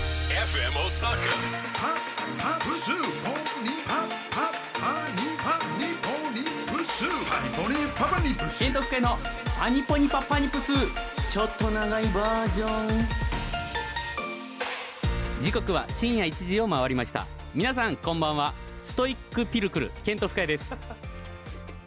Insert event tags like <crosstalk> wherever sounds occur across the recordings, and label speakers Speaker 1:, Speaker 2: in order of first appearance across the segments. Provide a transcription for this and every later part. Speaker 1: FM Osaka.
Speaker 2: パパプスポニパパパニパニポニプスパニポニパパニプス
Speaker 3: ケントフケのパニポニパパニプスちょっと長いバージョン時刻は深夜1時を回りました皆さんこんばんはストイックピルクルケントフケです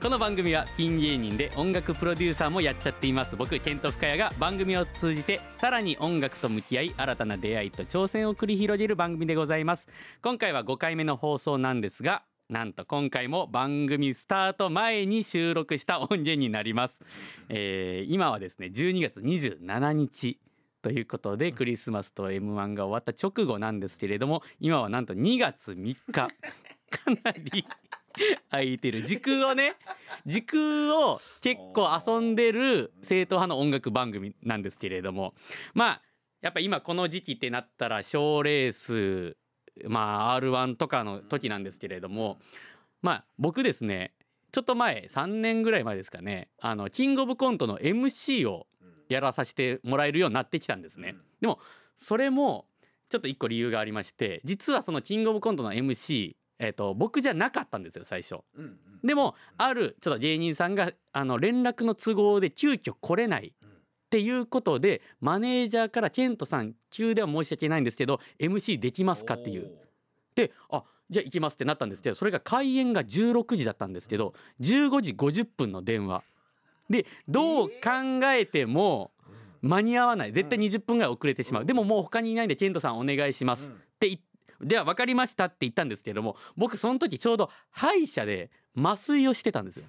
Speaker 3: この番組はピン芸人で音楽プロデューサーもやっちゃっています僕ケント・フカヤが番組を通じてさらに音楽と向き合い新たな出会いと挑戦を繰り広げる番組でございます今回は5回目の放送なんですがなんと今回も番組スタート前に収録した音源になります、えー今はですね12月27日ということでクリスマスと m 1が終わった直後なんですけれども今はなんと2月3日 <laughs> かなり空いてる時空をね時空を結構遊んでる正統派の音楽番組なんですけれどもまあやっぱ今この時期ってなったら賞ーレースまあ r 1とかの時なんですけれどもまあ僕ですねちょっと前3年ぐらい前ですかねあのキングオブコントの MC をやらさせてもらえるようになってきたんですね。でもそれもちょっと一個理由がありまして実はそのキングオブコントの MC、えっと僕じゃなかったんですよ最初。でもあるちょっと芸人さんがあの連絡の都合で急遽来れないっていうことでマネージャーから「ケントさん急では申し訳ないんですけど MC できますか?」っていう。であじゃあ行きますってなったんですけどそれが開演が16時だったんですけど15時50分の電話でどう考えても間に合わない絶対20分ぐらい遅れてしまう、でももう他にいないんでケントさんお願いします、って言っでは分かりましたって言ったんですけども僕その時ちょうど歯医者で麻酔をしてたんですよ。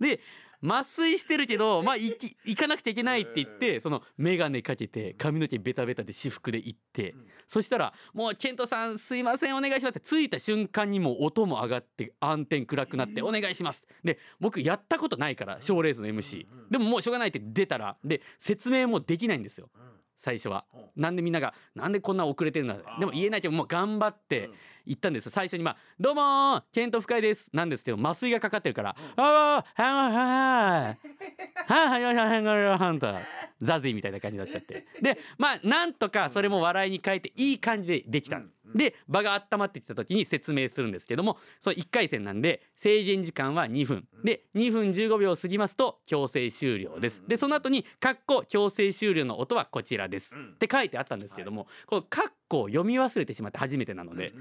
Speaker 3: で麻酔してるけ <laughs> ど、まあ、行き行かなくちゃいけないって言ってその眼鏡かけて髪の毛ベタベタで私服で行ってそしたら「もうケントさんすいませんお願いします」って着いた瞬間にもう音も上がって暗転暗くなって「お願いします」で僕やったことないから賞ーレースの MC でももうしょうがないって出たらで説明もできないんですよ最初は。なんでみんなが「なんでこんな遅れてるんだ」でも言えないけどもう頑張って言ったんです最初にまあ「どうもーケント深いです」なんですけど麻酔がかかってるから「ああはいはいはいはいはいはいはいはいはいはいザゼみたいな感じになっちゃってでまあなんとかそれも笑いに変えていい感じでできた。で場が温まってきた時に説明するんですけどもそう1回戦なんで制限時間は2分で2分15秒過ぎますと強制終了ですでその後に「かっこ強制終了」の音はこちらですって書いてあったんですけどもこの「かっこ」を読み忘れてしまって初めてなので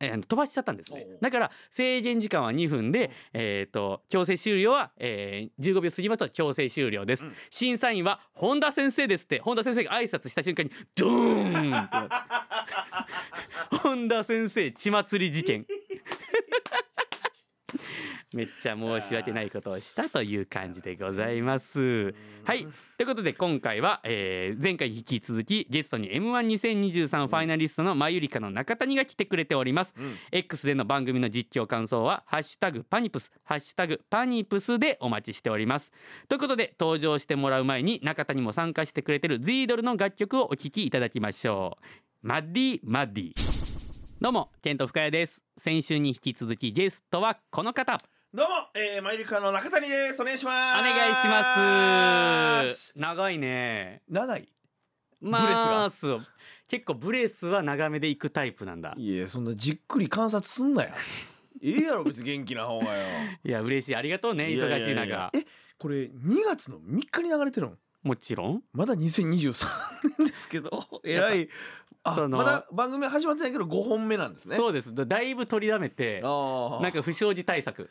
Speaker 3: えー飛ばしちゃったんですね
Speaker 4: おうおう
Speaker 3: だから制限時間は2分で、えー、と強制終了は、えー15秒過ぎますと強制終了です、審査員は本田先生ですって本田先生が挨拶した瞬間にドーンってなって本田先生血祭り
Speaker 4: <laughs>
Speaker 3: 事件めっちゃ申し訳ないことをしたという感じでございます。はいということで今回は、えー前回に引き続きゲストに m 1 2 0 2 3ファイナリストのマユリカの中谷が来てくれております、X での番組の実況感想は「ハッシュタグパニプス」「ハッシュタグパニプス」でお待ちしておりますということで登場してもらう前に中谷も参加してくれてる Z ドルの楽曲をお聴きいただきましょうマッディマッディどうもケント深谷です先週に引き続きゲストはこの方
Speaker 4: どうも、えー、マイルカの中谷です。お願いし
Speaker 3: お
Speaker 4: ます。
Speaker 3: 願いします。長いね
Speaker 4: 長い。
Speaker 3: まあそう結構ブレスは長めでいくタイプなんだ
Speaker 4: いや、そんなじっくり観察すんなや。ええやろ、別に元気な方がよ。
Speaker 3: いや嬉しいありがとうね
Speaker 4: いやいや
Speaker 3: 忙
Speaker 4: いや
Speaker 3: しい中
Speaker 4: え、これ2月の3日に流れてるん。
Speaker 3: もちろん
Speaker 4: まだ2023年ですけど、えらい。あ、
Speaker 3: その
Speaker 4: まだ番組始まってないけど5本目なんですね。。
Speaker 3: そううですだだいぶ取りだめて
Speaker 4: ああ。
Speaker 3: なんか不祥事対策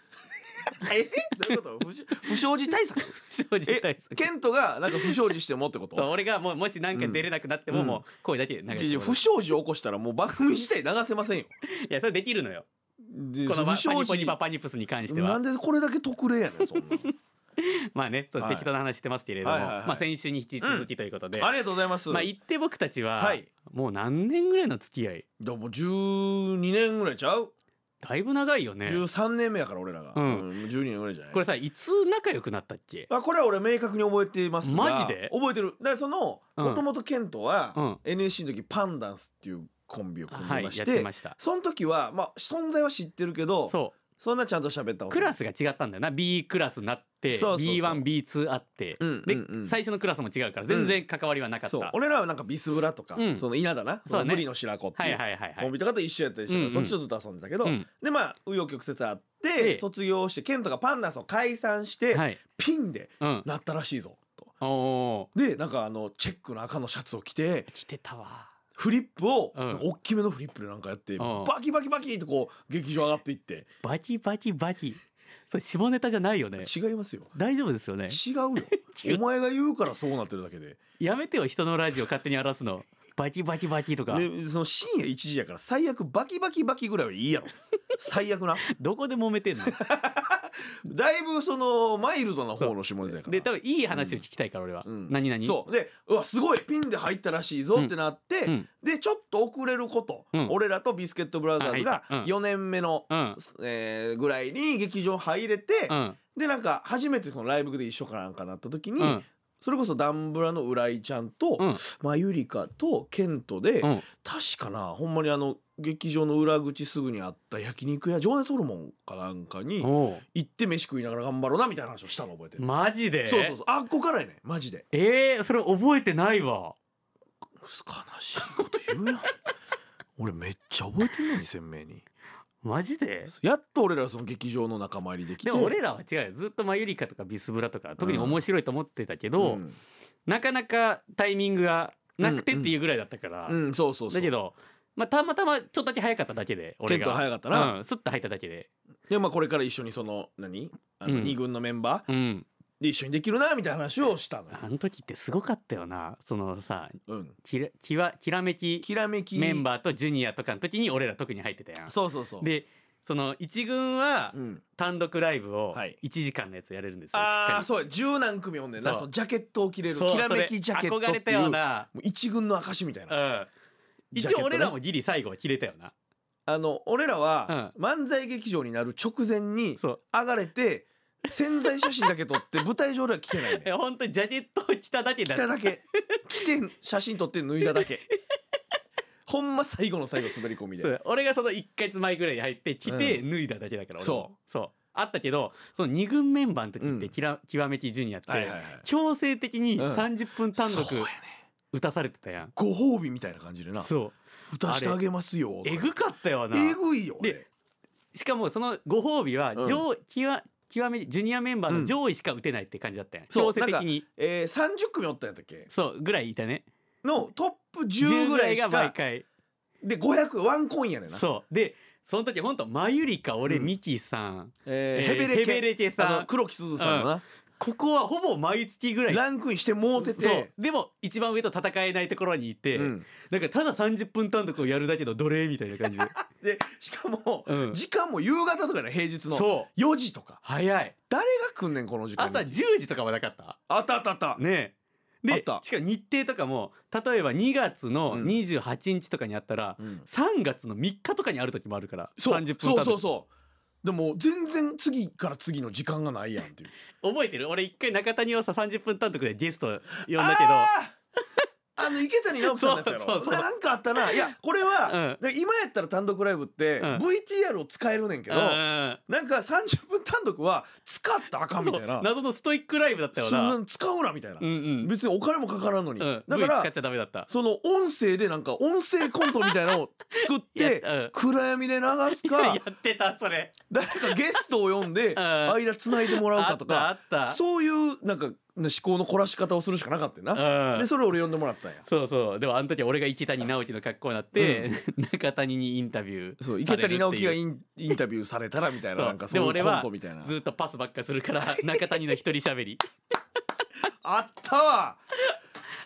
Speaker 4: え、どういうこと？不祥不祥事対策。
Speaker 3: 不祥事対
Speaker 4: え
Speaker 3: 策、
Speaker 4: ケントがなんか不祥事してもってこ
Speaker 3: そう
Speaker 4: と？
Speaker 3: 俺がもうもし何か出れなくなっても、
Speaker 4: うん
Speaker 3: もう声だけで流して
Speaker 4: いや
Speaker 3: もらう
Speaker 4: 不祥事起こしたらもう番組自体流せませんよ。
Speaker 3: いやそれできるのよ
Speaker 4: で
Speaker 3: この
Speaker 4: 不
Speaker 3: パ
Speaker 4: 祥
Speaker 3: ニポ
Speaker 4: 事
Speaker 3: ニパパニプスに関して
Speaker 4: な
Speaker 3: は
Speaker 4: んでこれだけ特例やねんそんなん
Speaker 3: まあねそう
Speaker 4: はい
Speaker 3: 適当な話してますけれども、
Speaker 4: はいはいはい
Speaker 3: まあ先週に引き続きということで、
Speaker 4: ありがとうございます。
Speaker 3: まあ言って僕たちは、
Speaker 4: はい
Speaker 3: もう何年ぐらいの付き合い
Speaker 4: でも12年ぐらいちゃう、
Speaker 3: だいぶ長いよね
Speaker 4: ?13 年目やから俺らが。
Speaker 3: うん
Speaker 4: も12年ぐらいじゃない
Speaker 3: これさいつ仲良くなったっけ
Speaker 4: あこれは俺明確に覚えていますが
Speaker 3: マジで
Speaker 4: 覚えてる。だからその
Speaker 3: うん
Speaker 4: もともとケントは、
Speaker 3: うん
Speaker 4: NSC の時パンダンスっていうコンビを組ん
Speaker 3: は
Speaker 4: で
Speaker 3: い
Speaker 4: まし、
Speaker 3: やっててました
Speaker 4: その時はまあ存在は知ってるけど
Speaker 3: そ
Speaker 4: そんなちゃんと喋ったこと
Speaker 3: クラスが違ったんだよな B クラスになって
Speaker 4: そうそうそう
Speaker 3: B1B2 あって、
Speaker 4: うん
Speaker 3: で、
Speaker 4: うんうん
Speaker 3: 最初のクラスも違うから全然関わりはなかった、
Speaker 4: そう
Speaker 3: はい
Speaker 4: 俺らはなんかビスブラとか、
Speaker 3: うん
Speaker 4: その稲だな
Speaker 3: そうだね
Speaker 4: のブリの白子って
Speaker 3: はいいうはいは
Speaker 4: コン
Speaker 3: い
Speaker 4: ビとかと一緒やったりして、
Speaker 3: うんうん
Speaker 4: そっちとずっと遊んでたけど、
Speaker 3: うん
Speaker 4: でまあ紆余曲折あっ
Speaker 3: え
Speaker 4: て、
Speaker 3: え
Speaker 4: 卒業してケントがパンダスを解散して、
Speaker 3: はい
Speaker 4: ピンで
Speaker 3: うん
Speaker 4: なったらしいぞと。
Speaker 3: おお
Speaker 4: でなんかあのチェックの赤のシャツを着て
Speaker 3: ー来てたわ
Speaker 4: フリップを、
Speaker 3: うん
Speaker 4: なんか大きめのフリップでなんかやって、
Speaker 3: ん
Speaker 4: バキバキバキってこう劇場上がっていって
Speaker 3: バキバキバキそれ下ネタじゃないよね
Speaker 4: 違いますよ
Speaker 3: 大丈夫ですよね
Speaker 4: 違うよ
Speaker 3: <laughs> 違う
Speaker 4: お前が言うからそうなってるだけで
Speaker 3: やめてよ人のラジオ勝手に荒らすのバキバキバキとか
Speaker 4: でその深夜1時やから最悪バキバキバキぐらいはいいやろ最悪な
Speaker 3: どこで揉めて
Speaker 4: <laughs>
Speaker 3: んの
Speaker 4: だいぶそのマイルドな方の下ネタやから
Speaker 3: で多分いい話を聞きたいから俺は、
Speaker 4: うん
Speaker 3: 何々
Speaker 4: そうでうわすごいピンで入ったらしいぞってなって、
Speaker 3: うんうん
Speaker 4: でちょっと遅れること、
Speaker 3: うん
Speaker 4: 俺らとビスケットブラザーズが
Speaker 3: あはいうん
Speaker 4: 4年目の、
Speaker 3: うん
Speaker 4: えーぐらいに劇場入れて、
Speaker 3: うん
Speaker 4: でなんか初めてそのライブで一緒かなんかなった時に、
Speaker 3: うん
Speaker 4: それこそダンブラの浦井ちゃんと、
Speaker 3: うん
Speaker 4: まゆりかとケントで、
Speaker 3: うん
Speaker 4: 確かなほんまにあの劇場の裏口すぐにあった焼肉屋情熱ホルモンかなんかに
Speaker 3: おう
Speaker 4: 行って飯食いながら頑張ろうなみたいな話をしたの覚えてる、
Speaker 3: マジで
Speaker 4: そうそうそうあっこからやねマジで
Speaker 3: えー、それ覚えてないわ
Speaker 4: 悲しいこと言うやん <laughs> 俺めっちゃ覚えてるのに鮮明に
Speaker 3: マジで
Speaker 4: やっと俺らその劇場の仲間入りできて
Speaker 3: でも俺らは違うよずっとマユリカとかビスブラとか特に面白いと思ってたけど、
Speaker 4: うん、
Speaker 3: なかなかタイミングがなくてっていうぐらいだったから、
Speaker 4: うんそうそうそう
Speaker 3: だけど、まあ、たまたまちょっとだけ早かっただけで俺
Speaker 4: ケント
Speaker 3: が
Speaker 4: は早かったな、
Speaker 3: うん、スッと入っただけで、
Speaker 4: でまあこれから一緒にその何あ
Speaker 3: う
Speaker 4: の
Speaker 3: ん
Speaker 4: 二軍のメンバー
Speaker 3: うん、
Speaker 4: で一緒にできるなみたいな話をしたのよ
Speaker 3: あの時ってすごかったよなそのさ
Speaker 4: うん
Speaker 3: きらきわきらめき
Speaker 4: きらめき
Speaker 3: メン
Speaker 4: ー
Speaker 3: バーとジュニアとかの時に俺ら特に入ってたやん。
Speaker 4: そうそうそう
Speaker 3: でその一軍は
Speaker 4: うん、
Speaker 3: 単独ライブを
Speaker 4: はい
Speaker 3: 1時間のやつやれるんですよ、
Speaker 4: ああ
Speaker 3: しっか
Speaker 4: そう十何組おんねんな
Speaker 3: そう
Speaker 4: そのジャケットを着れ
Speaker 3: り
Speaker 4: る
Speaker 3: そう
Speaker 4: きらめ
Speaker 3: それ
Speaker 4: きジャケットっていう
Speaker 3: 憧れたよな、
Speaker 4: もう一軍の証みたいうな、
Speaker 3: ん、
Speaker 4: ジャケ
Speaker 3: 一
Speaker 4: ット
Speaker 3: 応
Speaker 4: ね
Speaker 3: 俺らもギリ最後は切れたよな
Speaker 4: あの俺らは漫才劇場になる直前に
Speaker 3: そう
Speaker 4: 上がれて潜在写真だけ撮って舞台上では着てない
Speaker 3: <laughs> え
Speaker 4: ねん
Speaker 3: 本当にジャケットを着ただけだ
Speaker 4: 着ただけ着て写真撮って脱いだ
Speaker 3: <laughs>
Speaker 4: だけほんま最後の最後滑り込みで
Speaker 3: そう俺がその1ヶ月前ぐらいに入って着て
Speaker 4: う
Speaker 3: 脱いだだけだから俺も
Speaker 4: そ
Speaker 3: そうあったけどその2軍メンバーの時っ
Speaker 4: う
Speaker 3: て
Speaker 4: ん
Speaker 3: きら極めきジュニアって、
Speaker 4: はいはいはい
Speaker 3: 強制的に
Speaker 4: うん
Speaker 3: 30分単独
Speaker 4: そうやね
Speaker 3: 打たされてたやん、
Speaker 4: ご褒美みたいな感じでな
Speaker 3: そう
Speaker 4: 歌してあげますよ
Speaker 3: えぐかったよな
Speaker 4: えぐいよ
Speaker 3: でしかもそのご褒美は
Speaker 4: うん
Speaker 3: 上、極極めジュニアメンバーの上位しか打てないって感じだったやん、
Speaker 4: そう
Speaker 3: 強制的に
Speaker 4: えー、30組おったんやったっけ
Speaker 3: そうぐらいいたね
Speaker 4: のトップ10ぐらいし
Speaker 3: 10が毎
Speaker 4: か
Speaker 3: 回
Speaker 4: で500ワンコインやねんな、
Speaker 3: そうでその時本当マユリカ俺、
Speaker 4: うん
Speaker 3: ミキさん
Speaker 4: え
Speaker 3: え
Speaker 4: ー
Speaker 3: ー
Speaker 4: ヘベレケ
Speaker 3: ヘベレケさん
Speaker 4: あの黒木すずさんのな、
Speaker 3: ここはほぼ毎月ぐらい
Speaker 4: ランクインしてもうて
Speaker 3: そう
Speaker 4: て
Speaker 3: でも一番上と戦えないところにいて、
Speaker 4: うん
Speaker 3: なんかただ30分単独をやるだけの奴隷みたいな
Speaker 4: <laughs>
Speaker 3: 感じで
Speaker 4: でしかも、
Speaker 3: うん
Speaker 4: 時間も夕方とかね平日の
Speaker 3: そう
Speaker 4: 4時とか
Speaker 3: 早い
Speaker 4: 誰が来んねんこの時間に
Speaker 3: 朝10時とかはなかった
Speaker 4: あったあったあった、
Speaker 3: ねえ
Speaker 4: あ
Speaker 3: で
Speaker 4: った
Speaker 3: しかも日程とかも例えば2月の
Speaker 4: うん
Speaker 3: 28日とかにあったら、
Speaker 4: うん
Speaker 3: 3月の3日とかにある時もあるから
Speaker 4: そう
Speaker 3: 30分単独
Speaker 4: そうそうそうでも全然次から次の時間がないやんっていう
Speaker 3: 覚えてる俺一回中谷をさ30分単独でゲスト呼んだけど
Speaker 4: あ <laughs> ーあの池谷直樹さんのやつやろ
Speaker 3: そうそうそう
Speaker 4: なんかあったないやこれは、で今やったら単独ライブって、
Speaker 3: うん
Speaker 4: VTR を使えるねんけど、
Speaker 3: うん
Speaker 4: なんか30分単独は使ったらあかんみたい
Speaker 3: そう
Speaker 4: な
Speaker 3: 謎のストイックライブだった
Speaker 4: そ
Speaker 3: よ
Speaker 4: んな
Speaker 3: なん
Speaker 4: 使うなみたいな、
Speaker 3: うんうん
Speaker 4: 別にお金もかからんのに、
Speaker 3: うん、
Speaker 4: だ
Speaker 3: V
Speaker 4: か
Speaker 3: 使
Speaker 4: ら
Speaker 3: っちゃダメだった
Speaker 4: その音声でなんか音声コントみたいなのを作っ
Speaker 3: <laughs> やってたうん
Speaker 4: 暗闇で流す
Speaker 3: <laughs> や
Speaker 4: か
Speaker 3: ってたそれ
Speaker 4: 誰かゲストを呼んで
Speaker 3: <laughs> ん
Speaker 4: 間つないでもらうかと
Speaker 3: あ
Speaker 4: か
Speaker 3: ったあった
Speaker 4: そういうなんか思考の凝らし方をするしかなかったよな、
Speaker 3: うん
Speaker 4: でそれ俺呼んでもらったんや
Speaker 3: そうそうでもあの時俺が池谷直樹の格好になって、
Speaker 4: う
Speaker 3: 中谷にインタビュー
Speaker 4: そう池谷直樹が
Speaker 3: い
Speaker 4: インインタビューされたらみたい
Speaker 3: そ
Speaker 4: な
Speaker 3: う
Speaker 4: なんかそう
Speaker 3: で
Speaker 4: いう
Speaker 3: も俺
Speaker 4: コ
Speaker 3: は
Speaker 4: ントみたいな
Speaker 3: ずっとパスばっかするから <laughs> 中谷の一人喋り
Speaker 4: あったわ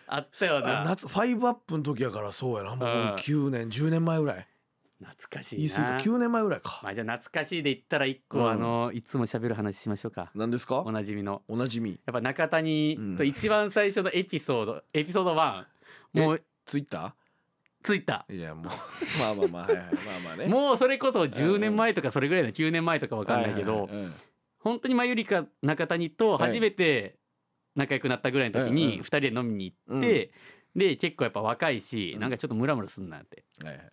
Speaker 3: あったよ
Speaker 4: あ
Speaker 3: な
Speaker 4: 夏ファイブアップの時やからそうやなもう
Speaker 3: うん
Speaker 4: 9年10年前ぐらい
Speaker 3: 懐かし
Speaker 4: 言
Speaker 3: い
Speaker 4: い過ぎ
Speaker 3: な
Speaker 4: た9年前ぐらいか、
Speaker 3: まあじゃあ懐かしいで言ったら一個、
Speaker 4: うん
Speaker 3: あのいつも喋る話しましょうか
Speaker 4: 何ですか
Speaker 3: おなじみの
Speaker 4: おなじみ
Speaker 3: やっぱ中谷と一番最初のエピソード、エピソード1もう
Speaker 4: ツイッタ
Speaker 3: ついた
Speaker 4: ーいや
Speaker 3: <laughs>
Speaker 4: もうまあまあまあはいはいまあまあね
Speaker 3: もうそれこそ10年前とかそれぐらいの9年前とかわ
Speaker 4: う
Speaker 3: かんないけど、
Speaker 4: うん
Speaker 3: 本当にマユリカ中谷と初めて仲良くなったぐらいの時
Speaker 4: うんうん
Speaker 3: に2人で飲みに行って、で結構やっぱ若いし、
Speaker 4: うん
Speaker 3: なんかちょっとムラムラすんなって
Speaker 4: はいはいはい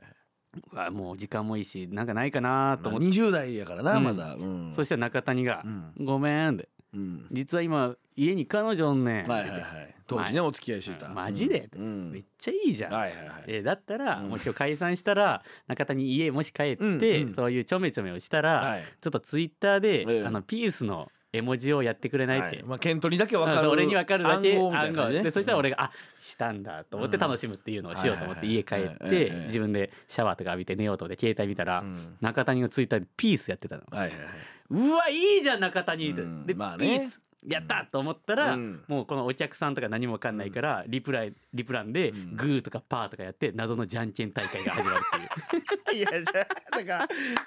Speaker 3: うわもう時間もいいしなんかないかなと
Speaker 4: まあ
Speaker 3: 思って、
Speaker 4: 20代やからな、
Speaker 3: うん
Speaker 4: まだ、うん、
Speaker 3: そしたら中谷が
Speaker 4: う
Speaker 3: 「
Speaker 4: ん
Speaker 3: ごめん」って
Speaker 4: うん
Speaker 3: 「実は今家に彼女おんねん」
Speaker 4: はいはい
Speaker 3: っ
Speaker 4: はい当時ねお付き合いしてた、
Speaker 3: うんマジで
Speaker 4: うん
Speaker 3: てめっちゃいいじゃん」
Speaker 4: はいはいはい
Speaker 3: えーだったら、
Speaker 4: うん
Speaker 3: もう今日解散したら中谷家もし帰って、
Speaker 4: うんうん
Speaker 3: そういうちょめちょめをしたら、
Speaker 4: はい
Speaker 3: ちょっとツイッターで、
Speaker 4: ええ
Speaker 3: あのピースの絵文字をやってくれないって、
Speaker 4: はいまあ、ケントにだけ分か
Speaker 3: あ
Speaker 4: る
Speaker 3: そう俺に分かるだけ
Speaker 4: 暗号みたいな感じね
Speaker 3: 暗号でそしたら俺
Speaker 4: が
Speaker 3: が「あしたんだ」と思って
Speaker 4: うん
Speaker 3: 楽しむっていうのをしようと思っ
Speaker 4: は
Speaker 3: て
Speaker 4: いはい
Speaker 3: 家帰
Speaker 4: はい
Speaker 3: っ
Speaker 4: ええ
Speaker 3: て
Speaker 4: ええ
Speaker 3: 自分でシャワーとか浴びて寝ようと思って携帯見たら中谷のツイッターで「ピース」やってたの。
Speaker 4: はいはいはいう
Speaker 3: わいいじゃん中谷って
Speaker 4: うん
Speaker 3: でピ
Speaker 4: まあね
Speaker 3: ースやったと思ったら
Speaker 4: うん
Speaker 3: もうこのお客さんとか何も分かんないからリプライリプランで
Speaker 4: うん
Speaker 3: グーとかパーとかやって謎のじゃんけん大会が始まるっていう。
Speaker 4: いやじゃあだか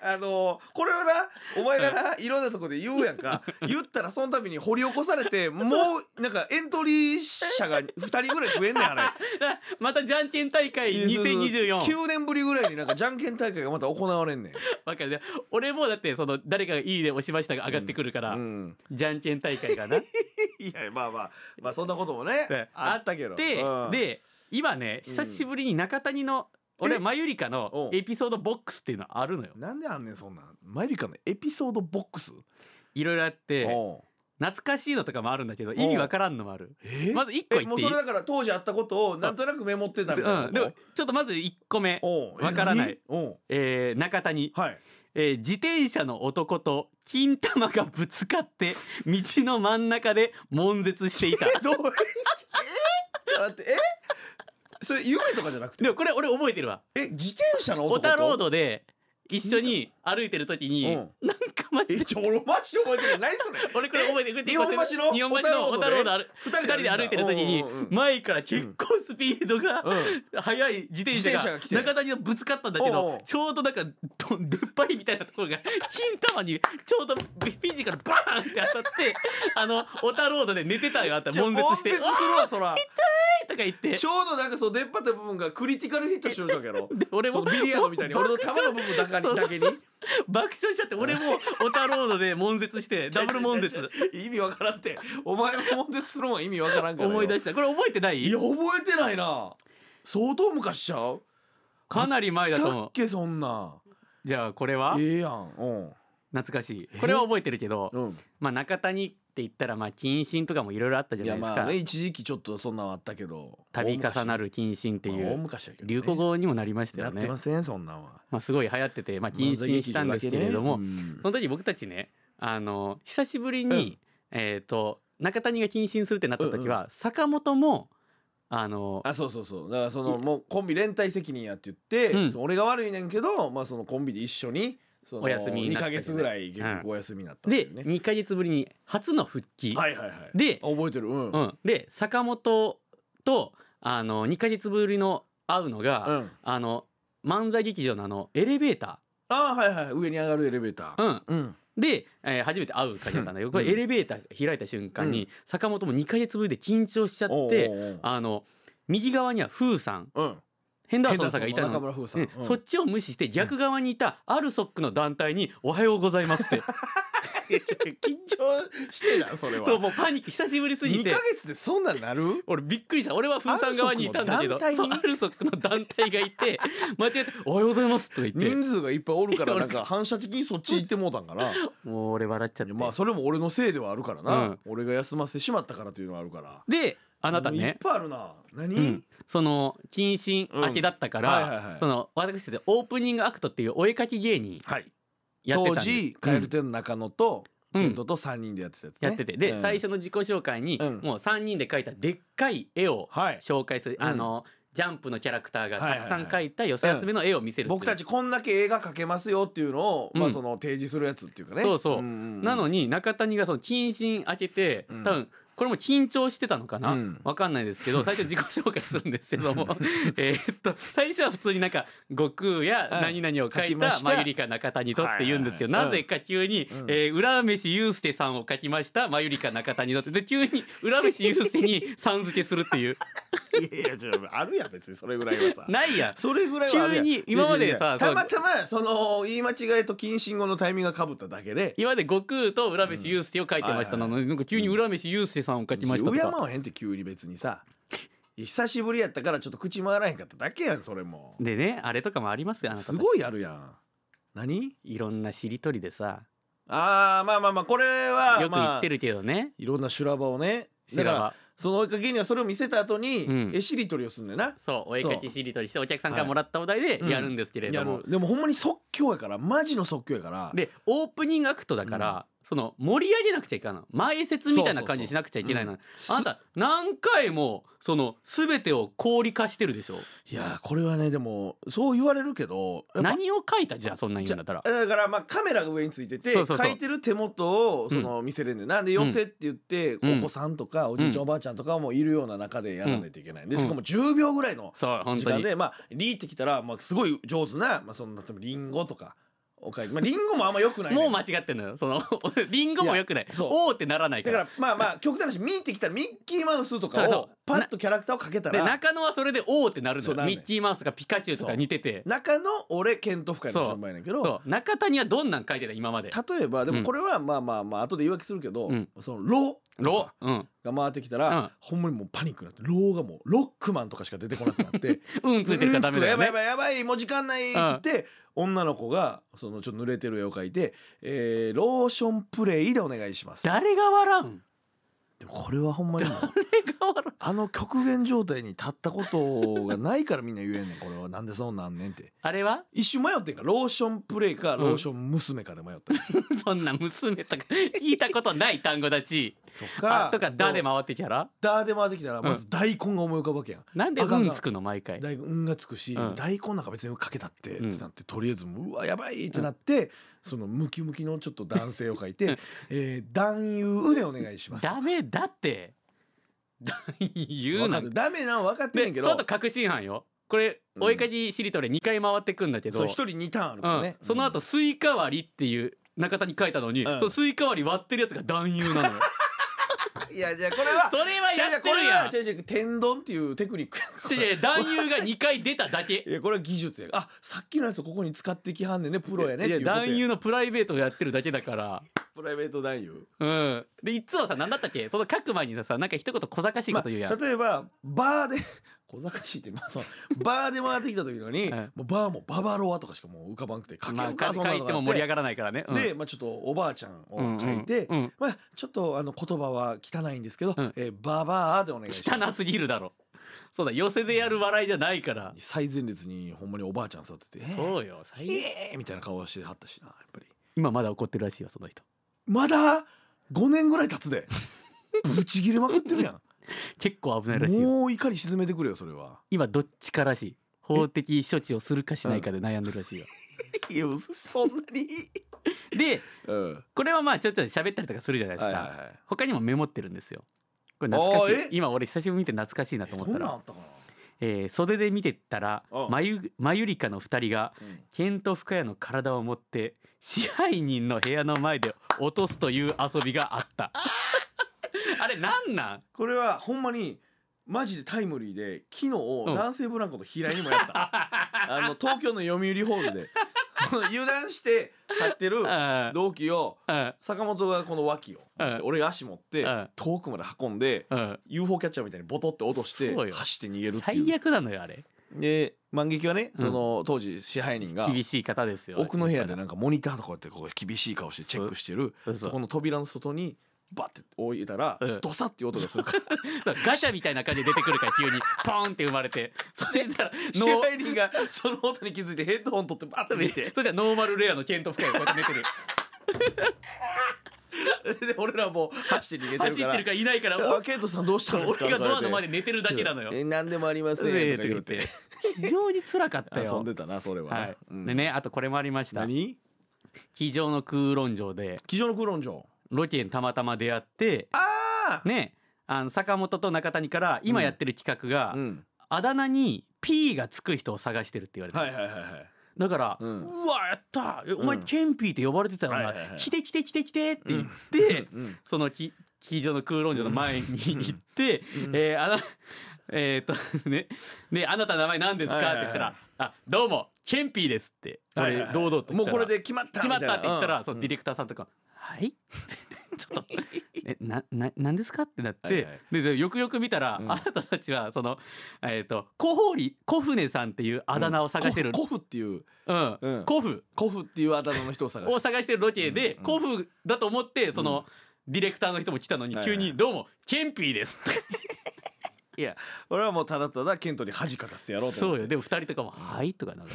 Speaker 4: らあのーこれはなお前がないろんなとこで言うやん
Speaker 3: <laughs>
Speaker 4: か言ったらその度に掘り起こされてもうなんかエントリー者が2人ぐらい増えんねんあれ
Speaker 3: <laughs>
Speaker 4: <laughs>
Speaker 3: だからまたじゃんけん大会2024
Speaker 4: 9年ぶりぐらいになんかじゃんけん大会がまた行われんねん
Speaker 3: わかるね俺もだってその誰かが「いいね」押しましたが上がってくるから、
Speaker 4: うん
Speaker 3: じゃんけん大会がな
Speaker 4: いやまあまあまあそんなこともね
Speaker 3: で
Speaker 4: あったけど <laughs>
Speaker 3: で、
Speaker 4: うん
Speaker 3: で今ね久しぶりに中谷の、俺
Speaker 4: え
Speaker 3: マユリカの
Speaker 4: うん
Speaker 3: エピソードボックスっていうのあるのよ
Speaker 4: なんであんねんそんなんマユリカのエピソードボックス
Speaker 3: いろいろあって
Speaker 4: おう
Speaker 3: 懐かしいのとかもあるんだけど意味わからんのもある
Speaker 4: え
Speaker 3: まず1個
Speaker 4: え
Speaker 3: 言
Speaker 4: もう
Speaker 3: っていい
Speaker 4: それだから当時あったことをなんとなくメモってたみたいな
Speaker 3: うん、でも
Speaker 4: こ
Speaker 3: ちょっとまず1個目
Speaker 4: と、おうえ
Speaker 3: わからない
Speaker 4: 何おう
Speaker 3: えー中谷、
Speaker 4: はい
Speaker 3: えー自転車の男と金玉がぶつ
Speaker 4: <laughs>
Speaker 3: かって道の真ん中で悶絶していた
Speaker 4: どう <laughs> えだってえそれ夢とかじゃなくて
Speaker 3: でもこれ俺覚えてるわ
Speaker 4: え自転車の
Speaker 3: オ
Speaker 4: 男と
Speaker 3: タロードで一緒に歩いてる時に
Speaker 4: う
Speaker 3: なんんかマジ
Speaker 4: え
Speaker 3: で
Speaker 4: ちょ俺マジで覚えてない何それ
Speaker 3: 俺これ覚えてくれて
Speaker 4: 日本橋の
Speaker 3: 日本橋の
Speaker 4: オ
Speaker 3: オ
Speaker 4: タ
Speaker 3: タ
Speaker 4: ロードで
Speaker 3: ロードある
Speaker 4: 二
Speaker 3: 二人で歩いてる時に
Speaker 4: うんうんうん
Speaker 3: 前から結構スピードが
Speaker 4: うん
Speaker 3: 速い自転
Speaker 4: 自転車
Speaker 3: 車
Speaker 4: が
Speaker 3: が
Speaker 4: 来て
Speaker 3: 中谷にぶつかったんだ
Speaker 4: お
Speaker 3: け
Speaker 4: うおう
Speaker 3: どちょうどなんかど出っ張りみたいなところが金玉にちょうどビビジからバーンって当たってあのオタロードで寝てたよあった
Speaker 4: ちょ
Speaker 3: 悶絶して
Speaker 4: 悶
Speaker 3: 「わ
Speaker 4: 絶するわそら
Speaker 3: ーい!」とか言って
Speaker 4: ちょうどなんかそう出っ張った部分がクリティカルヒットしてるわけやろ
Speaker 3: で
Speaker 4: <laughs>
Speaker 3: 俺
Speaker 4: そ
Speaker 3: も
Speaker 4: うビリヤードみたいに俺の球の部分だけにだけに
Speaker 3: 爆笑しちゃって俺もオタロードで悶絶してダブル悶絶
Speaker 4: <laughs> 意味わからんってお前も悶絶するんは意味わからんからよ
Speaker 3: 思い出したこれ覚えてない
Speaker 4: いや覚えてないな相当昔しちゃう
Speaker 3: かなり前だと
Speaker 4: だ
Speaker 3: 思
Speaker 4: っ
Speaker 3: う
Speaker 4: けそんな
Speaker 3: じゃあこれは
Speaker 4: ええやんうん
Speaker 3: 懐かしい
Speaker 4: え
Speaker 3: これは覚えてるけど
Speaker 4: うん
Speaker 3: まあ中谷って言ったらまあ謹慎とかもいろいろあったじ
Speaker 4: い
Speaker 3: ゃ
Speaker 4: や
Speaker 3: ないです
Speaker 4: まあ
Speaker 3: か
Speaker 4: ね一時期ちょっとそんなんはあったけど
Speaker 3: 度重な
Speaker 4: るっ
Speaker 3: る謹慎ってい
Speaker 4: 大
Speaker 3: う
Speaker 4: 昔だけどね
Speaker 3: 流行語にもなりました
Speaker 4: や
Speaker 3: よ
Speaker 4: って
Speaker 3: ね
Speaker 4: ませんそんなんは
Speaker 3: まあすごい流行っててまあ謹慎したんですけれども
Speaker 4: まあ
Speaker 3: その時僕たちねあの久しぶりにえっと中谷が謹慎するってなった時は坂本もあの
Speaker 4: あそうそうそうだからそのもうコンビ連帯責任やって言って、
Speaker 3: うん
Speaker 4: その俺が悪いねんけど、まあ、そのコンビで一緒にその
Speaker 3: お休みに
Speaker 4: 2
Speaker 3: なった
Speaker 4: か
Speaker 3: けどね
Speaker 4: 月ぐらい結局お休みになったってい
Speaker 3: で
Speaker 4: うね、
Speaker 3: 2ヶ月ぶりに初の復帰
Speaker 4: はいはいはい
Speaker 3: で
Speaker 4: あ覚えてるうん、
Speaker 3: うん、で坂本とあの2ヶ月ぶりの会うのが、
Speaker 4: うん
Speaker 3: あの漫才劇場のあのエレベータ
Speaker 4: あはいはい上に上がるエレベータ
Speaker 3: ー、
Speaker 4: ー
Speaker 3: うん、
Speaker 4: うん
Speaker 3: で、えー初めて会う感じだったんだけどこれ
Speaker 4: うん
Speaker 3: エレベーター開いた瞬間に、坂本も2ヶ月ぶりで緊張しちゃ
Speaker 4: おうお
Speaker 3: っ
Speaker 4: う
Speaker 3: て
Speaker 4: おう
Speaker 3: あの右側にはフーさん
Speaker 4: うん
Speaker 3: ヘンダー
Speaker 4: 変
Speaker 3: ソン
Speaker 4: な
Speaker 3: さんがいたの
Speaker 4: 中村風さん、
Speaker 3: ねそ <laughs> っちを無視して逆側にいたアルソックの団体に「おはようございます」って
Speaker 4: ち緊張してなそれは
Speaker 3: そうもうパニック久しぶりすぎ
Speaker 4: 2
Speaker 3: て
Speaker 4: ヶ。月でそんなんなる
Speaker 3: 俺びっくりした俺は風さん側にいたんだけど
Speaker 4: アルソック
Speaker 3: そう
Speaker 4: の
Speaker 3: アルソックの団体がいて間違えて「おはようございます」とか言って
Speaker 4: 人数がいっぱいおるからなんか反射的にそっち行ってもうたんか
Speaker 3: <laughs>
Speaker 4: な
Speaker 3: もう俺笑っちゃって、
Speaker 4: まあそれも俺のせいではあるからな、
Speaker 3: うん
Speaker 4: 俺が休ませてしまったからというのはあるから
Speaker 3: であなた
Speaker 4: もういっ
Speaker 3: ね、
Speaker 4: ぱいあるな何、
Speaker 3: うん、その謹慎明けだったから、
Speaker 4: うんはいはいはい
Speaker 3: その私たちオープニングアクトっていうお絵描き芸人
Speaker 4: はい
Speaker 3: やってた
Speaker 4: 当
Speaker 3: んです
Speaker 4: 時蛙亭の中野と
Speaker 3: うん
Speaker 4: ケントと3人でやってたやつね、
Speaker 3: やっててで、
Speaker 4: うん
Speaker 3: 最初の自己紹介に、
Speaker 4: うん
Speaker 3: もう3人で描いたでっかい絵を
Speaker 4: はい
Speaker 3: 紹介する、
Speaker 4: うん
Speaker 3: あのジャンプのキャラクターがたくさ
Speaker 4: はいはいは
Speaker 3: ん
Speaker 4: い
Speaker 3: 描いた寄せ集めの絵を見せるっていう
Speaker 4: 僕たちこんだけ映画描けますよっていうのを、ま
Speaker 3: う
Speaker 4: あ
Speaker 3: ん
Speaker 4: その提示するやつっていうかね
Speaker 3: そうそうん
Speaker 4: んん
Speaker 3: なのに中谷がその謹慎明けて、
Speaker 4: うん
Speaker 3: 多分これも緊張してたのかな、
Speaker 4: うん
Speaker 3: わかんないで
Speaker 4: <laughs>
Speaker 3: すけど最初自己紹介するんですけどもえーっと最初は普通になんか悟空や何々を書
Speaker 4: 書き
Speaker 3: い
Speaker 4: ま
Speaker 3: た
Speaker 4: した
Speaker 3: まゆりか中谷とって言うんですけど、
Speaker 4: はいはいはい
Speaker 3: なぜか急に、
Speaker 4: うん
Speaker 3: えー浦飯祐介さんを書きましたまゆりか中谷とってで急に浦飯祐介にさん付けするっていう
Speaker 4: いやいやちょっとあるやん別にそれぐらいはさ
Speaker 3: ないやん
Speaker 4: それぐらいはあるやん
Speaker 3: 急に今まで
Speaker 4: いや
Speaker 3: さ
Speaker 4: いやいやたまたまその言い間違いと謹慎後のタイミングがかぶっただけで
Speaker 3: 今まで悟空と浦飯祐介を書いてましたなのに、なんか急に浦飯祐介さんを書きましたと
Speaker 4: 敬
Speaker 3: か、
Speaker 4: わへんって急に別にさいや久しぶりやったからちょっと口回らへんかっただけやんそれも
Speaker 3: でねあれとかもありますよあなたた
Speaker 4: す
Speaker 3: ち
Speaker 4: ごいやるやん何
Speaker 3: いろんなしりとりでさ
Speaker 4: あーまあまあまあこれは
Speaker 3: よく言
Speaker 4: まあ
Speaker 3: ってるけどね、
Speaker 4: いろんな修羅場をね
Speaker 3: 修羅
Speaker 4: だから
Speaker 3: 場
Speaker 4: その追いかけにはそれを見せた後に、
Speaker 3: うん
Speaker 4: えしりとりをすんだよな
Speaker 3: そうお絵かきしりとりしてお客さんから
Speaker 4: はい
Speaker 3: もらったお題で
Speaker 4: うん
Speaker 3: やるんですけれ
Speaker 4: や
Speaker 3: ども、
Speaker 4: るでもほんまに即興やからマジの即興やから
Speaker 3: でオープニングアクトだから、その盛り上げなくちゃいかんの前説みたいな感じしなくちゃいけないの
Speaker 4: そうそうそう
Speaker 3: あん
Speaker 4: うん
Speaker 3: た何回もその全てを氷化してるでしょ
Speaker 4: いやーこれはねでもそう言われるけどやっぱ
Speaker 3: 何を書いたじゃあそんなん言うんだったら
Speaker 4: だからまあカメラが上についてて
Speaker 3: そうそうそう
Speaker 4: 書いてる手元をその見せれんねんな、で寄せって言って、
Speaker 3: うん
Speaker 4: お子さんとかおじいちゃん、
Speaker 3: うん
Speaker 4: おばあちゃんとかもいるような中でやらないといけないでしか
Speaker 3: う
Speaker 4: も10秒ぐらいの
Speaker 3: そう本
Speaker 4: 時
Speaker 3: 当
Speaker 4: 間
Speaker 3: に
Speaker 4: で、まあ「リー」ってきたら、まあ、すごい上手な、まあ、その例えばリンゴとかおかえり、まあ、リンゴもあんまよくない、ねん
Speaker 3: もう間違ってんのよその <laughs> リンゴもよくない
Speaker 4: いやそう
Speaker 3: おおーってならないか
Speaker 4: だかららまあまあ極端な話見ってきたらミッキーマウスとか
Speaker 3: そうそう
Speaker 4: をパッとキャラクターをかけた
Speaker 3: で
Speaker 4: ら
Speaker 3: 中野はそれでおおってなるの
Speaker 4: そうな
Speaker 3: よ
Speaker 4: んねん
Speaker 3: ミッキーマウスとかピカチュウとか似てて
Speaker 4: 中の俺剣と深いの順番やねんけど
Speaker 3: そう中谷はどんなん書いてた今まで
Speaker 4: 例えばで
Speaker 3: うん
Speaker 4: もこれはまあまあまあ後で言い訳するけど、
Speaker 3: うん
Speaker 4: その「ロ」
Speaker 3: ロうん
Speaker 4: が回ってきた
Speaker 3: うん
Speaker 4: ら、ほんまにもうパニックになって「ロ」ーがもう「ロックマン」とかしか出てこなくなって
Speaker 3: うんついてるからダメだよ
Speaker 4: うんや
Speaker 3: ね
Speaker 4: ばいやばいやばいもう時間ないって言って、女の子がそのちょっと濡れてる絵を描いて、えーローションプレイ」でお願いします。
Speaker 3: 誰が笑うん
Speaker 4: でもこれはほんまにもう
Speaker 3: 誰が笑う
Speaker 4: あの極限状態に立ったことがないからみんな言えんねんこれはなんでそうなんねんって
Speaker 3: あれは
Speaker 4: 一瞬迷ってんかローションプレイか
Speaker 3: ん
Speaker 4: ローション娘かで迷ったり
Speaker 3: そんな娘とか聞いたことない単語だし
Speaker 4: とか
Speaker 3: あとか「だ」で
Speaker 4: も
Speaker 3: 回ってきたら
Speaker 4: だで回ってきたら
Speaker 3: ん
Speaker 4: まず大根が思い浮かぶわけやん、
Speaker 3: なんで「
Speaker 4: あかんあ
Speaker 3: う
Speaker 4: かん
Speaker 3: ん」つくの毎回
Speaker 4: 大根がつくし、
Speaker 3: うん
Speaker 4: 大根なんか別にかけたって、
Speaker 3: うん
Speaker 4: ってなってとりあえずもううわやばいってなって、そのムキムキのちょっと男性を描いて「 <laughs> えー、男優でお願いします」
Speaker 3: ダメだってだ言う
Speaker 4: 分か
Speaker 3: な
Speaker 4: ってダメなの分かってんね
Speaker 3: で
Speaker 4: んけ
Speaker 3: ちょ
Speaker 4: ど
Speaker 3: っと確信犯よこれ
Speaker 4: うん
Speaker 3: 追いかけしりとり2回回ってくんだけど、
Speaker 4: そう一人2ターンあるからね、
Speaker 3: うん、その
Speaker 4: う
Speaker 3: 後、
Speaker 4: ん
Speaker 3: スイカ割りっていう中田に書いたのに、
Speaker 4: うん
Speaker 3: そのスイカ割り割ってるやつが男優なのよ
Speaker 4: いやじゃあこれは
Speaker 3: それはやってる
Speaker 4: 違
Speaker 3: やん
Speaker 4: う違うこれは違う違う天丼っていうテクニックやん
Speaker 3: 違う違う男優が2回出ただけ
Speaker 4: いやこれは技術やあさっきのやつここに使ってきはんねんねプロやねっ
Speaker 3: い
Speaker 4: ていう
Speaker 3: や
Speaker 4: ことや
Speaker 3: 男優のプライベートをやってるだけだから
Speaker 4: プライベート男優、
Speaker 3: うんでいつもさ何だったっけその書く前にさなんか一言小賢しい
Speaker 4: ま
Speaker 3: こ
Speaker 4: あ、
Speaker 3: と言うやん、
Speaker 4: 例えばバーで <laughs> 小賢しいって、まあ、そのバーで回ってきた時のに、
Speaker 3: はい
Speaker 4: もうバーもババロアとかしかもう浮かばんくて書け
Speaker 3: ま
Speaker 4: るか、そ
Speaker 3: あ、書
Speaker 4: んなの
Speaker 3: いても盛り上がらないからね。うん
Speaker 4: で、まあ、ちょっとおばあちゃんを書いて、
Speaker 3: うんうんうん
Speaker 4: まあ、ちょっとあの言葉は汚いんですけど、
Speaker 3: うん
Speaker 4: えーババアでお願いしま
Speaker 3: 汚
Speaker 4: す
Speaker 3: すぎるだろ。そうだ、寄せでやる笑いじゃないから。
Speaker 4: 最前列にほんまにおばあちゃん座ってて
Speaker 3: そうよ、
Speaker 4: えー
Speaker 3: 最
Speaker 4: イ
Speaker 3: 悪
Speaker 4: エーイみたいな顔してはったしなやっぱり
Speaker 3: 今まだ怒ってるらしいよ、その人。
Speaker 4: まだ5年ぐらい経つ
Speaker 3: <laughs>
Speaker 4: でブチ切れまくってるやん
Speaker 3: 結構危ないらしいよ。
Speaker 4: もう怒り沈めてくれよそれは
Speaker 3: 今どっちからしい。法的処置をするかしないかで悩んでるらしいよ。
Speaker 4: いやそんなに
Speaker 3: で、
Speaker 4: うんは
Speaker 3: これはまあちょっと喋ったりとかするじゃない
Speaker 4: い
Speaker 3: です
Speaker 4: はい
Speaker 3: か。
Speaker 4: はい
Speaker 3: 他にもメモってるんですよ。これ懐かし
Speaker 4: あー
Speaker 3: い
Speaker 4: え。
Speaker 3: 今俺久しぶりに見て懐かしいなと
Speaker 4: え
Speaker 3: 思
Speaker 4: ど
Speaker 3: った
Speaker 4: んなん
Speaker 3: ら
Speaker 4: あ、ったか
Speaker 3: えー袖で見てったら
Speaker 4: うん、
Speaker 3: まゆ、まゆりかの二人が、
Speaker 4: な、
Speaker 3: ケント深谷の体を持って支配人の部屋の前で落とすという遊びがあったあれなんなん
Speaker 4: これはほんまにマジでタイムリーで昨日
Speaker 3: ん
Speaker 4: 男性ブランコと平井にもや
Speaker 3: <laughs>
Speaker 4: った、あの東京の読売ホールで油断して立ってる
Speaker 3: うん
Speaker 4: 同期を
Speaker 3: うん
Speaker 4: 坂本がこの脇を持って
Speaker 3: うん
Speaker 4: 俺が足持って
Speaker 3: うん
Speaker 4: 遠くまで運んで
Speaker 3: うん、
Speaker 4: UFO キャッチャーみたいにボトって落として
Speaker 3: そうよ
Speaker 4: 走って逃げるっていう
Speaker 3: 最悪なのよあれ
Speaker 4: で万劇はね
Speaker 3: うん
Speaker 4: その当時支配人が
Speaker 3: 厳しい方ですよ
Speaker 4: 奥の部屋でなんかモニターとかやってこう厳しい顔してチェックしてる
Speaker 3: そうそう
Speaker 4: この扉の外にバッて置いたら
Speaker 3: うん
Speaker 4: ドサッていう音がするから
Speaker 3: そうガチャみたいな感じで出てくるから急にポーンって生まれてそしたら
Speaker 4: 支
Speaker 3: ノ
Speaker 4: 配人がその音に気づいてヘッドホン取ってバッて
Speaker 3: ー
Speaker 4: 見
Speaker 3: <laughs> そ
Speaker 4: て
Speaker 3: したらノーマルレアのケント深谷がこうやって寝てる
Speaker 4: で俺らもう走って逃げてる
Speaker 3: 走
Speaker 4: か
Speaker 3: っ
Speaker 4: ら
Speaker 3: てるからいないから
Speaker 4: 「あケイトさんどうしたんですか?」
Speaker 3: 俺がドアの前で
Speaker 4: で
Speaker 3: 寝てるだけなのよ
Speaker 4: え何でもありません」
Speaker 3: ええ
Speaker 4: とか言う
Speaker 3: と
Speaker 4: て
Speaker 3: か言って非常に辛かった
Speaker 4: 遊
Speaker 3: よ
Speaker 4: んでたなそれはな
Speaker 3: はい、
Speaker 4: うん
Speaker 3: でねあとこれもありました
Speaker 4: 何
Speaker 3: 机上の空論城で
Speaker 4: 机上の空論城
Speaker 3: ロケにたまたま出会って
Speaker 4: あ
Speaker 3: ねあの坂本と中谷から今やってる企画が、
Speaker 4: あうん
Speaker 3: あだ名に P がつく人を探してるって言われた、
Speaker 4: はいはいはいはい
Speaker 3: だから、う
Speaker 4: うん
Speaker 3: わやったえお前、
Speaker 4: うん
Speaker 3: ケンピーって呼ばれてたよな、
Speaker 4: はいはいはい
Speaker 3: 来て来て来て来てって言って、
Speaker 4: うん
Speaker 3: そのき机上の空論城の前に行って、
Speaker 4: うん
Speaker 3: えーあなえーっと <laughs> ねであなたの名前何ですか?」って言ったら
Speaker 4: はい
Speaker 3: 「
Speaker 4: はいはい
Speaker 3: あどうもケンピーです」って
Speaker 4: はいはい
Speaker 3: 俺
Speaker 4: はい
Speaker 3: 堂々と言っ
Speaker 4: も
Speaker 3: たら
Speaker 4: うこれで決まった
Speaker 3: 決まったって言ったら、
Speaker 4: うん
Speaker 3: そのディレクターさんとか「はい。 <laughs> ち
Speaker 4: <laughs>
Speaker 3: ょっとえなななんですかってなって、
Speaker 4: はいはい
Speaker 3: ででよくよく見たら、
Speaker 4: うん
Speaker 3: あなたたちはそのえっ、と小堀小船さんっていうあだ名を探してる、
Speaker 4: コフコフっていう
Speaker 3: うん
Speaker 4: うん
Speaker 3: コフ
Speaker 4: コフっていうあだ名の人を探
Speaker 3: を
Speaker 4: して
Speaker 3: 探してるロケで、
Speaker 4: うん
Speaker 3: コフだと思ってその、ディレクターの人も来たのに
Speaker 4: はいは
Speaker 3: 急
Speaker 4: い
Speaker 3: に「どうもケンピーです」って
Speaker 4: 俺はもうただただケントに恥かかせてやろうと
Speaker 3: そ
Speaker 4: 思っ
Speaker 3: う
Speaker 4: て
Speaker 3: よでも2人とかも「はい」とか
Speaker 4: <laughs>
Speaker 3: なんか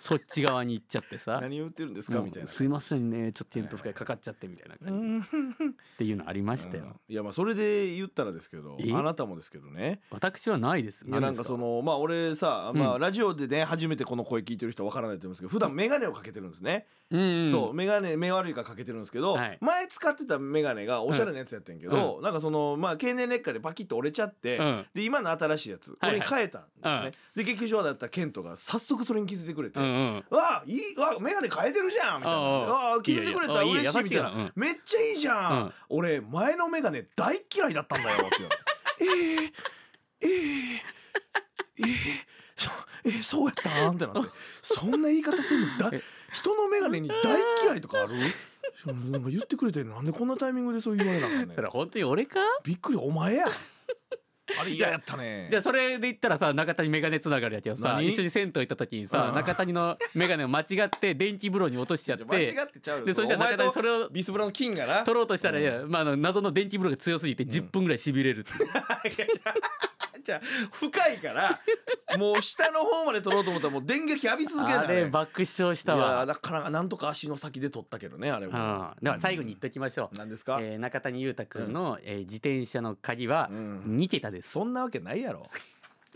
Speaker 3: そっち側に行っちゃってさ
Speaker 4: 何言ってるんですか
Speaker 3: もう
Speaker 4: みたいな
Speaker 3: すいませんねちょっとテント深いかかっちゃって」みたいな
Speaker 4: う
Speaker 3: 感じ
Speaker 4: ん
Speaker 3: っていうのありましたよ。
Speaker 4: いやまあそれで言ったらですけど
Speaker 3: え
Speaker 4: あなたもですけどね
Speaker 3: 私はないです
Speaker 4: いやなんかそのまあ俺さま
Speaker 3: う
Speaker 4: あラジオでね初めてこの声聞いてる人はわからないと思うんですけど普段メガネをかけてるんですね
Speaker 3: の
Speaker 4: そう眼鏡目悪いからかけてるんですけど
Speaker 3: はい
Speaker 4: 前使ってた眼鏡がおしゃれなやつやってんけどなんかそのまあ経年劣化でパキッと折れちゃって
Speaker 3: うん
Speaker 4: で今の新しいやつこれに変えたんです
Speaker 3: はいはい
Speaker 4: ねで劇場だったケントが早速それに気づいてくれて
Speaker 3: うんうん
Speaker 4: わあいいわあ眼鏡変えてるじゃんみたいな
Speaker 3: おうおう
Speaker 4: わあ気づいてくれたら
Speaker 3: いやいや
Speaker 4: 嬉しい
Speaker 3: あいい
Speaker 4: みたい
Speaker 3: 優しいなうん
Speaker 4: なめっちゃいいじゃん、
Speaker 3: うん
Speaker 4: 俺前の眼鏡大嫌いだったんだよって言われてえー、えー、えー、そえーそうやったんってなってそんな言い方せんのだ人の眼鏡に大嫌いとかあるなんか言ってくれてなんでこんなタイミングでそう言われなあかんねん
Speaker 3: それ本当に俺か
Speaker 4: びっくりお前やあれ嫌やったね
Speaker 3: じゃあそれで言ったらさ中谷メガネつながりだけどさ
Speaker 4: 何
Speaker 3: 一緒に銭湯行った時にさ
Speaker 4: うん
Speaker 3: 中谷のメガネを間違って電気風呂に落としちゃっ
Speaker 4: 間違
Speaker 3: て
Speaker 4: ってちゃうよ
Speaker 3: でそしたら中谷それを
Speaker 4: ビスブラの金がな <laughs>
Speaker 3: 取ろうとしたら
Speaker 4: うん
Speaker 3: いやまああの謎の電気風呂が強すぎて
Speaker 4: ん
Speaker 3: 10分ぐらいしびれるっていう
Speaker 4: じゃあ深いからもう下の方まで取ろうと思ったらもう電撃浴び続けた
Speaker 3: あれ爆笑した
Speaker 4: い
Speaker 3: わ
Speaker 4: やだからなんとか足の先で取ったけどねあれ
Speaker 3: うん
Speaker 4: は、
Speaker 3: では最後に言っときましょう
Speaker 4: なん、ですか、
Speaker 3: えー中谷裕太君のえー自転車の鍵は
Speaker 4: うん
Speaker 3: 2桁です
Speaker 4: そんなわけないや
Speaker 3: <laughs>
Speaker 4: ろ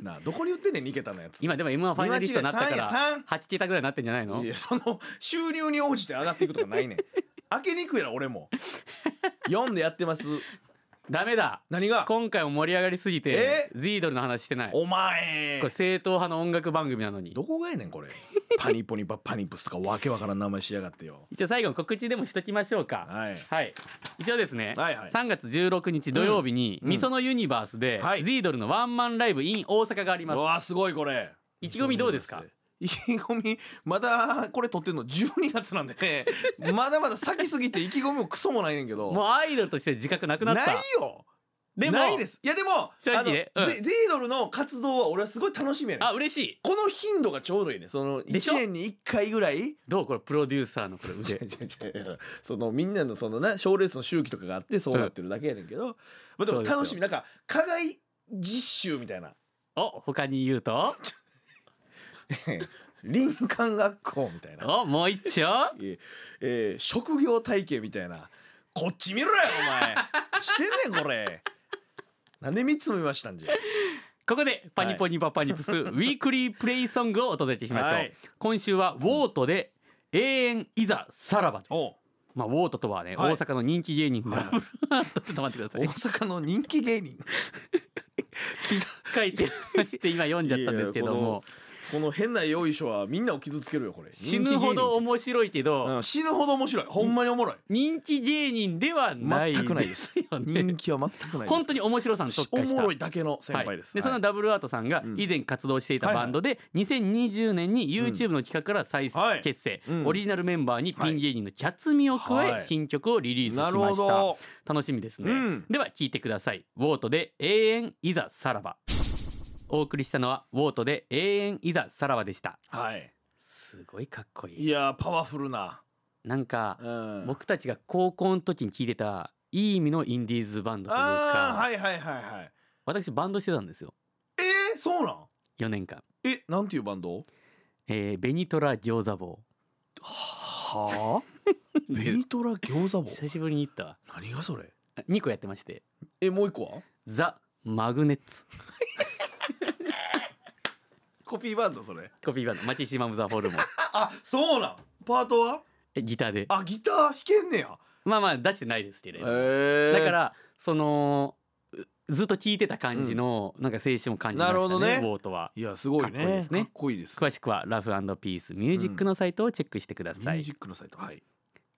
Speaker 4: なあどこに売ってんねん2桁のやつ
Speaker 3: 今でも M1 ファイナリストになったか
Speaker 4: 今違う三や
Speaker 3: ら
Speaker 4: 三
Speaker 3: 8桁ぐらいになってんじゃないの
Speaker 4: いやその収入に応じて上がっていくとか
Speaker 3: <laughs>
Speaker 4: ないねん開けにくいやろ俺も4でやってます
Speaker 3: ダメだ
Speaker 4: 何が
Speaker 3: 今回も盛り上がりすぎて
Speaker 4: え
Speaker 3: ズイドルの話してないこ
Speaker 4: お前
Speaker 3: れ正統派の音楽番組なのに
Speaker 4: どこがやねんこれパニポニパパニプスとかわけわからん名前しやがってよ
Speaker 3: 一応最後の告知でもしときましょうか
Speaker 4: はい
Speaker 3: はい一応ですね
Speaker 4: はいはい
Speaker 3: 3月16日土曜日に
Speaker 4: うん
Speaker 3: みそのユニバースで
Speaker 4: はい
Speaker 3: ズイドルのワンマンライブ in 大阪があり
Speaker 4: う
Speaker 3: ます
Speaker 4: わあすごいこれ
Speaker 3: 意気込みどうですか
Speaker 4: 意気込みまだこれ撮ってんの12月なんで
Speaker 3: <laughs>
Speaker 4: ねまだまだ先すぎて意気込みもクソもないねんけど
Speaker 3: もうアイドルとして自覚なくなっ
Speaker 4: ない
Speaker 3: た
Speaker 4: よ
Speaker 3: でも
Speaker 4: ないですいやでも
Speaker 3: 正直ね
Speaker 4: あの
Speaker 3: うん
Speaker 4: ゼゼイドルの活動は俺はすごい楽しみやねん
Speaker 3: あ嬉しい
Speaker 4: この頻度がちょうどいいねその
Speaker 3: でしょ
Speaker 4: 1年に1回ぐらい
Speaker 3: どうこれプロデューサーのこれ
Speaker 4: <laughs> 違
Speaker 3: 腕
Speaker 4: う違う違うそのみんなのそのな賞レースの周期とかがあってそうなってるだけやねんけど、まあ、で
Speaker 3: そう
Speaker 4: も
Speaker 3: ですよ
Speaker 4: 楽しみなんか課外実習みたいな
Speaker 3: お他に言うと
Speaker 4: 林間学校みたいな
Speaker 3: おもう一丁
Speaker 4: えーえー職業体系みたいなこっち見ろよお前してんねんこれなんで3つも見ましたんじゃ
Speaker 3: ここでパニポニパパニプス、ウィークリープレイソングをお届けしましょう、
Speaker 4: はい
Speaker 3: 今週はウォートで永遠いざさらばです
Speaker 4: お
Speaker 3: まあウォートとはね、
Speaker 4: はい
Speaker 3: 大阪の人気芸人
Speaker 4: <laughs>
Speaker 3: の <laughs> ちょっと待ってくださ
Speaker 4: 大
Speaker 3: い
Speaker 4: 阪の人気芸人
Speaker 3: 書いてま <laughs> して今読んじゃったんですけど
Speaker 4: いやいや
Speaker 3: も
Speaker 4: この変なよいしょはみんなを傷つけるよこれ
Speaker 3: 死ぬほ
Speaker 4: 人
Speaker 3: ど
Speaker 4: 気
Speaker 3: 面白いけ
Speaker 4: 芸人
Speaker 3: ど、
Speaker 4: うん死ぬほど面白いほんまにおもろい
Speaker 3: 人気芸人ではない
Speaker 4: 全くない
Speaker 3: で
Speaker 4: ですす
Speaker 3: <laughs> よね
Speaker 4: 人気は全くないです
Speaker 3: 本当に面白さに特化し
Speaker 4: お
Speaker 3: た
Speaker 4: もろいだけの先輩です、
Speaker 3: はい、でそ
Speaker 4: は
Speaker 3: の
Speaker 4: い
Speaker 3: ダブルアートさんが
Speaker 4: うん
Speaker 3: 以前活動していたバンドで2020年に YouTube の企画から再
Speaker 4: はい
Speaker 3: 結成、
Speaker 4: うん
Speaker 3: オリジナルメンバーにピン芸人のキャツミを加
Speaker 4: はい
Speaker 3: え新曲をリリースしま
Speaker 4: な
Speaker 3: し
Speaker 4: る
Speaker 3: た、
Speaker 4: ほど
Speaker 3: 楽しみですね、
Speaker 4: うん
Speaker 3: では聴いてくださいウォートで永遠いざさらばお送りしたのはウォートで永遠いざさらばでした
Speaker 4: はい
Speaker 3: すごいかっこいい
Speaker 4: いやーパワフルな、
Speaker 3: なんか
Speaker 4: うん、
Speaker 3: 僕たちが高校の時に聴いてたいい意味のインディーズバンドというか、
Speaker 4: あーはいはいはいはい
Speaker 3: 私バンドしてたんですよ
Speaker 4: えー、そうなん
Speaker 3: 4年間、
Speaker 4: えなんていうバンド
Speaker 3: えーベニトラ餃子棒
Speaker 4: はあ <laughs> ベニトラ餃子棒
Speaker 3: 久しぶりに行ったわ
Speaker 4: 何がそれ
Speaker 3: 2個やってまして
Speaker 4: えもう一個は
Speaker 3: ザ・マグネッツ
Speaker 4: コピーバンドそれ
Speaker 3: コピーバンドマティシマム・ザ・ホルモ
Speaker 4: <laughs>
Speaker 3: ン
Speaker 4: ああそうなんパートは
Speaker 3: えギターで
Speaker 4: あギター弾けんねや
Speaker 3: まあまあ出してないですけれど、
Speaker 4: え
Speaker 3: だからそのうずっと聴いてた感じの、なんか青春を感じま
Speaker 4: な
Speaker 3: した
Speaker 4: る
Speaker 3: ね
Speaker 4: ほどね
Speaker 3: ウォートはい
Speaker 4: やすごいね
Speaker 3: かっこいいですね
Speaker 4: かっこいいです
Speaker 3: 詳しくはラフピースミュージックのサイトをチェックしてくだ
Speaker 4: ミ
Speaker 3: さい、
Speaker 4: ュージックのサイトはい、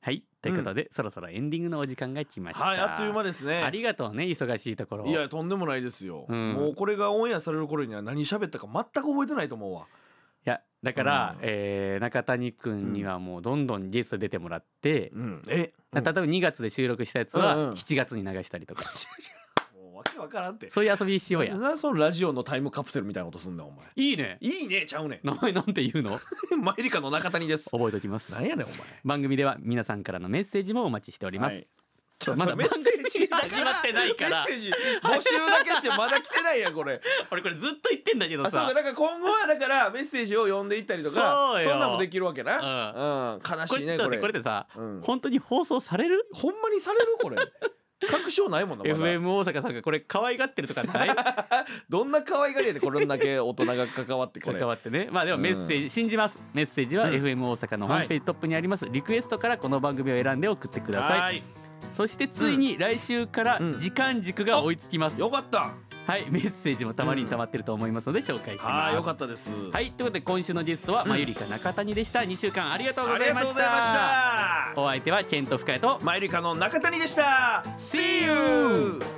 Speaker 3: はいということで、そろそろエンディングのお時間が来ました
Speaker 4: はい、あっという間ですね
Speaker 3: ありがとうね忙しいところ
Speaker 4: いやとんでもないですよ、
Speaker 3: うん
Speaker 4: もうこれがオンエアされる頃には何喋ったか全く覚えてないと思うわ
Speaker 3: いやだから、
Speaker 4: うん
Speaker 3: えー中谷くんにはもうどんどんゲスト出てもらって、
Speaker 4: うん、え、
Speaker 3: 例えば2月で収録したやつ
Speaker 4: うんうん
Speaker 3: は7月に流したりとか、
Speaker 4: もうわけわからんって。
Speaker 3: そういう遊びしようや
Speaker 4: な。なんでそのラジオのタイムカプセルみたいなことすんだお前。
Speaker 3: いいね
Speaker 4: いいねちゃうね
Speaker 3: 名前なんて言うの
Speaker 4: ん。 <laughs> マイリカの中谷です。
Speaker 3: 覚えておきます
Speaker 4: なんやねんお前。
Speaker 3: 番組では皆さんからのメッセージもお待ちしております、
Speaker 4: はいちょ
Speaker 3: まだ
Speaker 4: それメッセージだから
Speaker 3: 始まってないから
Speaker 4: メッセージ募集だけしてまだ来てないやんこれ。
Speaker 3: 俺これずっと言ってんだけど
Speaker 4: あそう
Speaker 3: さ
Speaker 4: かだから今後はだからメッセージを読んでいったりとか
Speaker 3: そうよ
Speaker 4: そんなんもできるわけな、うん悲
Speaker 3: こ
Speaker 4: しい
Speaker 3: れ
Speaker 4: ね
Speaker 3: ち
Speaker 4: こと
Speaker 3: ょっ待っ
Speaker 4: れ
Speaker 3: てこれってさ、
Speaker 4: うん
Speaker 3: 本当に放送される
Speaker 4: ほんまにされるこれ確証ないもんな、まだ
Speaker 3: FM 大阪さんがこれ可愛がってるとかない
Speaker 4: どんな可愛がりやでこれだけ大人が関わってこ
Speaker 3: 関
Speaker 4: れ
Speaker 3: わってねまあでもメッセージ、信じますメッセージは FM 大阪のホームページトップにあります、リクエストからこの番組を選んで送ってください
Speaker 4: はい
Speaker 3: そしてついに来週から
Speaker 4: うん
Speaker 3: 時間軸が追いつきます、
Speaker 4: よかった
Speaker 3: はいメッセージもたまりに溜まってると思いますので紹介し
Speaker 4: あ
Speaker 3: ま
Speaker 4: あ
Speaker 3: す
Speaker 4: よかったです
Speaker 3: はいいということで今週のゲストは、まゆりか中谷でした2週間ありがとうご
Speaker 4: あ
Speaker 3: ざ
Speaker 4: りが
Speaker 3: いま
Speaker 4: とう
Speaker 3: し
Speaker 4: ございました
Speaker 3: たお相手はケント深谷と
Speaker 4: マイリカの中谷でした See you